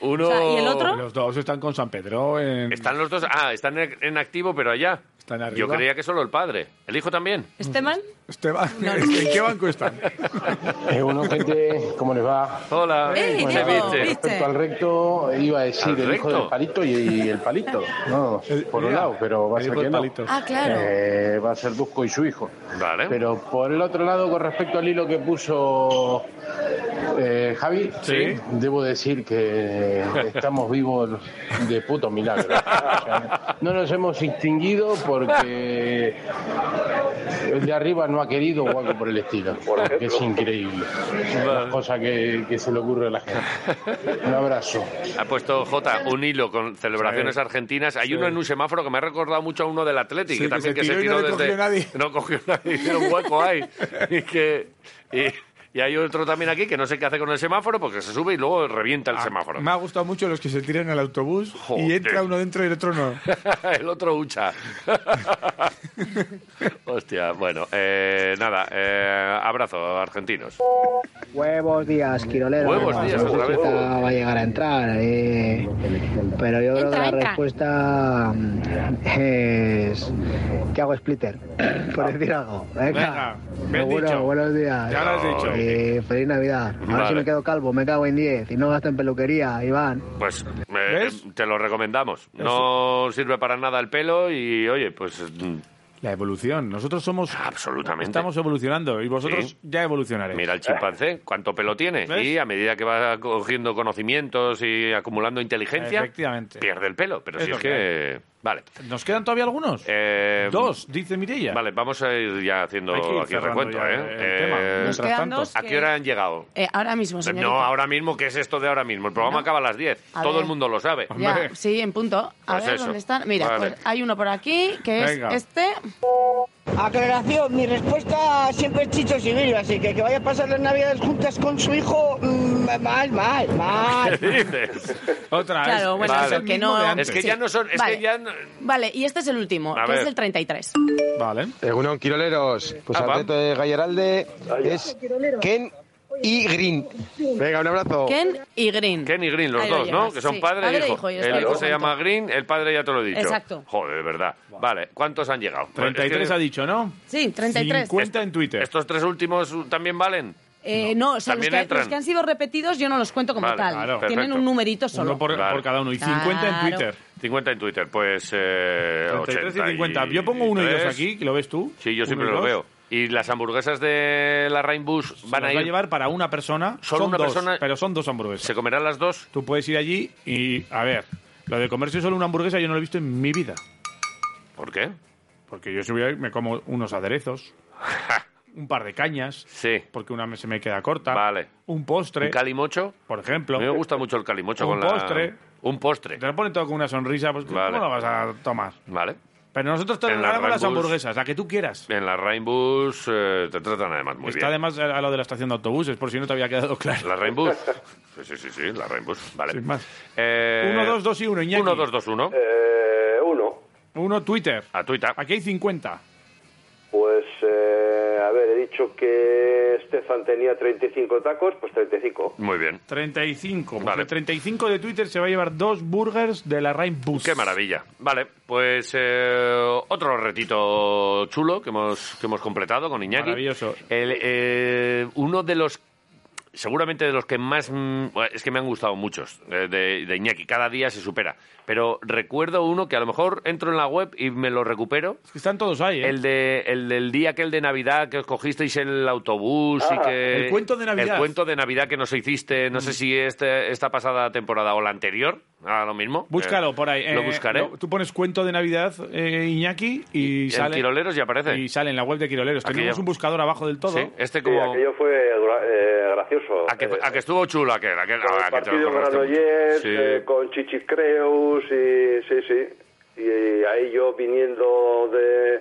A: Uno...
D: O sea, ¿y el otro?
C: Los dos están con San Pedro en...
A: Están los dos. Ah, están en, en activo, pero allá.
C: Están arriba.
A: Yo creía que solo el padre. ¿El hijo también?
D: ¿Este man?
C: Esteban, ¿en qué banco están?
G: Eh, bueno, gente, ¿cómo les va?
A: Hola,
G: Eh,
A: ¿viste?
G: bueno,
A: ¿viste?
G: Respecto al recto, iba a decir
A: ¿Al
G: el hijo
A: recto?
G: del palito y, y el palito. No, por un
A: mira,
G: lado, pero va a
A: el
G: ser
A: hijo
G: que
A: del
G: no.
A: palito. Ah, claro.
G: Eh, va a ser Dusko y su hijo.
A: Vale.
G: Pero por el otro lado, con respecto al hilo que puso eh, Javi,
A: Sí.
G: debo decir que estamos vivos de puto milagro. O sea, no nos hemos extinguido porque el de arriba no ha querido o algo por el estilo. Porque es increíble. Las cosas que, que se le ocurre a la gente. Un abrazo.
A: Ha puesto J un hilo con celebraciones
G: Sí.
A: argentinas. Hay
G: Sí.
A: uno en un semáforo que me ha recordado mucho a uno del Atlético,
G: Sí,
A: que
G: que
A: también
G: se
A: que se
G: tiró
A: tiró
G: y no le
A: desde. No cogió nadie, hicieron hueco ahí. Y que. y- y hay otro también aquí que no sé qué hace con el semáforo porque se sube y luego revienta
G: Ah.
A: el semáforo.
Y: Me ha gustado mucho los que se tiran al autobús y entra uno dentro y el otro no.
A: el otro hucha. Hostia, bueno, eh, nada, eh, abrazo, argentinos.
Z: Huevos días, Quirolero.
A: Huevos días,
Z: no sé
A: otra
Z: si
A: vez.
Z: esta va a llegar a entrar. eh, pero yo creo que la respuesta mm, es que hago splitter, por decir algo. Venga,
Y: Venga, bien
Z: Seguro,
Y: dicho.
Z: buenos días.
Y: Ya lo has dicho.
Z: Eh, feliz Navidad. Ahora
A: Vale.
Z: si me quedo calvo, me cago en 10 y no gasto en peluquería, Iván.
A: Pues eh, eh, te lo recomendamos. No sirve para nada el pelo y, oye, pues mm,
C: La evolución. Nosotros somos.
A: Absolutamente.
C: Estamos evolucionando y vosotros
A: Sí.
C: ya evolucionaréis.
A: Mira el chimpancé, cuánto pelo tiene.
C: Eh. ¿Ves?
A: Y a medida que va cogiendo conocimientos y acumulando inteligencia,
C: Efectivamente.
A: pierde el pelo. Pero
C: Es
A: si
C: lo
A: es
C: que
A: que. Vale.
C: ¿Nos quedan todavía algunos?
A: Eh,
C: Dos, dice Mirella.
A: Vale, vamos a ir ya haciendo
C: Hay que ir
A: aquí el
C: cerrando
A: recuento.
C: ya
A: ¿eh?
C: el
A: Eh,
C: tema. Nos
D: quedan tanto. dos
A: ¿A
D: que-
A: qué hora han llegado?
D: Eh, ahora mismo, señorita.
A: No, ahora mismo, ¿qué es esto de ahora mismo? El programa acaba a las 10.
D: A
A: Todo
D: ver.
A: el mundo lo sabe.
D: Ya, sí, en punto. A
A: Pues
D: ver,
A: eso.
D: ¿dónde están? Mira,
A: Vale.
D: pues hay uno por aquí, que
A: Venga.
D: es este.
I: Aclaración, mi respuesta siempre es Chicho Sibirio, así que que vaya a pasar las navidades juntas con su hijo, mm, mal, mal, mal.
A: ¿Qué dices?
C: Otra
D: vez. Claro, bueno, Ah, es el que no- de antes.
A: Es que
D: Sí.
A: ya no son. Es
D: Vale.
A: que ya no-
D: Vale, y este es el último,
A: A
D: que es
A: ver.
D: el 33.
C: Vale.
R: Egunon, Quiroleros. Pues
A: Ah,
R: el
A: va.
R: reto de Gallaralde es Ken y Green. Venga, un abrazo.
D: Ken y Green.
A: Ken y Green, los
D: Ahí lo
A: dos, ¿no?
D: llevas,
A: Que son
D: sí.
A: padre,
D: Padre
A: e
D: e
A: hijo.
D: hijo, y
A: el
D: estoy
A: hijo se
D: contento.
A: llama Green, el padre ya te lo he dicho.
D: Exacto.
A: Joder, de verdad. Vale, ¿cuántos han llegado?
C: 33 ha dicho, ¿no?
D: Sí, 33.
C: 50 en Twitter.
A: ¿Estos tres últimos también valen?
D: Eh, no, o sea, los
A: También
D: que,
A: entran.
D: los que han sido repetidos yo no los cuento como
A: Vale,
D: tal.
A: claro.
D: Tienen
A: Perfecto.
D: un numerito solo.
A: Vale.
C: cada uno. Y 50 en Twitter.
A: 50 en Twitter, pues... Eh,
C: 33 y 50. Yo pongo uno y dos
A: 83.
C: aquí, que lo ves tú.
A: Sí, yo
C: Uno
A: siempre
C: y
A: lo
C: dos.
A: veo. ¿Y las hamburguesas de la Rainbus van
C: Nos
A: a
C: va a
A: ir...?
C: llevar para una persona.
A: Solo
C: son
A: una
C: dos,
A: persona-
C: Pero son dos hamburguesas. ¿Se
A: comerán las dos?
C: Tú puedes ir allí y, a ver, lo de comerse solo una hamburguesa yo no lo he visto en mi vida.
A: ¿Por qué?
C: Porque yo si voy ahí me como unos aderezos, un par de cañas,
A: sí.
C: porque una me- se me queda corta,
A: Vale.
C: un postre,
A: ¿Un calimocho?
C: por ejemplo.
A: A mí me gusta mucho el calimocho
C: Un
A: con la...
C: postre.
A: Un postre.
C: Te lo ponen todo con una sonrisa, pues ¿cómo
A: Vale.
C: lo vas a tomar?
A: Vale.
C: Pero nosotros te
A: En la
C: regalamos las
A: Rambus-
C: hamburguesas, la que tú quieras.
A: En la Rainbus eh, te tratan además muy
C: Está
A: bien.
C: además a lo de la estación de autobuses, por si no te había quedado claro.
A: La Rainbus. Sí, sí, sí, sí, la Rainbus. Vale.
C: Sin
A: Eh,
C: 1, 2, 2 y 1, Iñaki. Eh.
A: 1, 2, 2, 1.
B: Eh, uno.
C: Uno Twitter.
A: A Twitter.
C: Aquí hay 50.
B: Pues, eh, a ver, he dicho que Estefan tenía 35 tacos, pues 35.
A: Muy bien.
C: 35. Pues El 35 de Twitter se va a llevar dos burgers de la Rainbus.
A: Qué maravilla. Vale, pues eh, otro retito chulo que hemos, que hemos completado con Iñaki.
C: Maravilloso.
A: El, eh, uno de los, seguramente de los que más, mm, bueno, es que me han gustado muchos, eh, de, de Iñaki. Cada día se supera. Pero recuerdo uno que a lo mejor entro en la web y me lo recupero.
C: Es que están todos ahí, ¿eh?
A: El, de, el del día aquel de Navidad que os cogisteis el autobús
C: Ah,
A: y que...
C: el cuento de Navidad. Mm.
A: El cuento de Navidad que nos hiciste, no sé si este, esta pasada temporada o la anterior, ahora lo mismo.
C: Búscalo
A: Eh,
C: por ahí.
A: Lo
C: eh,
A: buscaré.
C: lo- tú pones cuento de Navidad, eh, Iñaki, y,
A: en
C: sale.
A: Quiroleros ya aparece.
C: Y sale en la web de Quiroleros.
A: Aquí
C: Tenemos
A: ya.
C: un buscador abajo del todo.
A: Sí, este como...
B: aquello fue gra- eh, gracioso.
A: a, que, a que estuvo chulo aquel, aquel, a Ah, que te lo
B: Partido
A: corraste mucho.
B: Granollers,
A: Sí.
B: eh, con Chichicreus, y, sí, sí. Y ahí yo viniendo de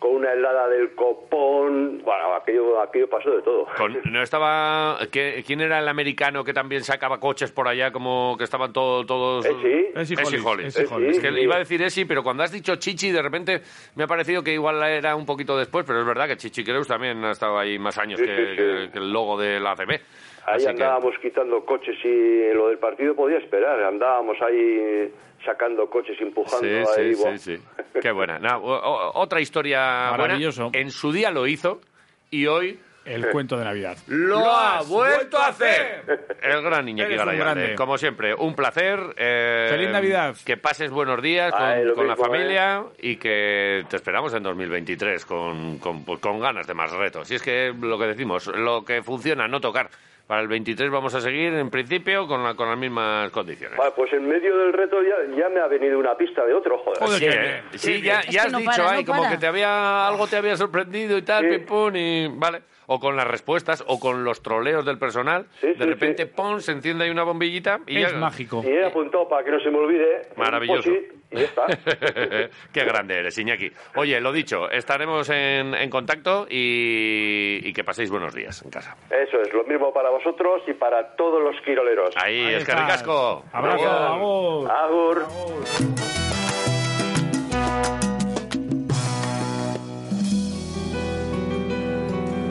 B: con una helada del copón, bueno, aquello, aquello pasó de todo.
A: Con- no estaba... ¿qué- ¿Quién era el americano que también sacaba coches por allá como que estaban todo- todos...
B: Esi. Esi
A: Esi Hollins.
B: Hollins.
A: Esi Hollins.
B: Esi,
A: Es que
B: sí.
A: iba a decir Esi, pero cuando has dicho Chichi, de repente me ha parecido que igual era un poquito después, pero es verdad que Chichi Creus también ha estado ahí más años
B: Sí,
A: que,
B: sí, sí.
A: que- que el logo de la ACB.
B: Ahí
A: Así que-
B: andábamos quitando coches y lo del partido podía esperar. Andábamos ahí sacando coches, empujando
A: Sí,
B: ahí.
A: sí,
B: buah.
A: sí, sí. Qué buena. No, o- o- otra historia buena.
C: Maravilloso.
A: En su día lo hizo y hoy
C: El cuento de Navidad.
A: lo, ha vuelto a hacer. El gran Iñaki
C: Eres un
A: Garayalde.
C: grande.
A: Como siempre, un placer. eh,
C: Feliz Navidad.
A: Que pases buenos días con,
B: Ay, lo
A: con la
B: mismo, ¿eh?
A: familia y que te esperamos en 2023 con, con- pues, con ganas de más retos. Y es que lo que decimos, lo que funciona, no tocar. Para el 23 vamos a seguir, en principio, con, la- con las mismas condiciones.
B: Vale, pues en medio del reto ya, ya me ha venido una pista de otro, joder.
A: sí, eh. Sí, ya, ya has dicho, ay, como que te había algo te había sorprendido y tal, pim, pum, y vale. O con las respuestas, o con los troleos del personal. de repente, pon, se enciende ahí una bombillita y ya-
B: Y he apuntado para que no se me olvide. ¿eh?
A: Maravilloso.
B: Un post-it Y ya está.
A: Qué grande eres, Iñaki. Oye, lo dicho, estaremos en, en contacto y, y que paséis buenos días en casa.
B: Eso es, lo mismo para vosotros y para todos los quiroleros.
A: Ahí, es que ricasco.
B: Abrazo. Agur.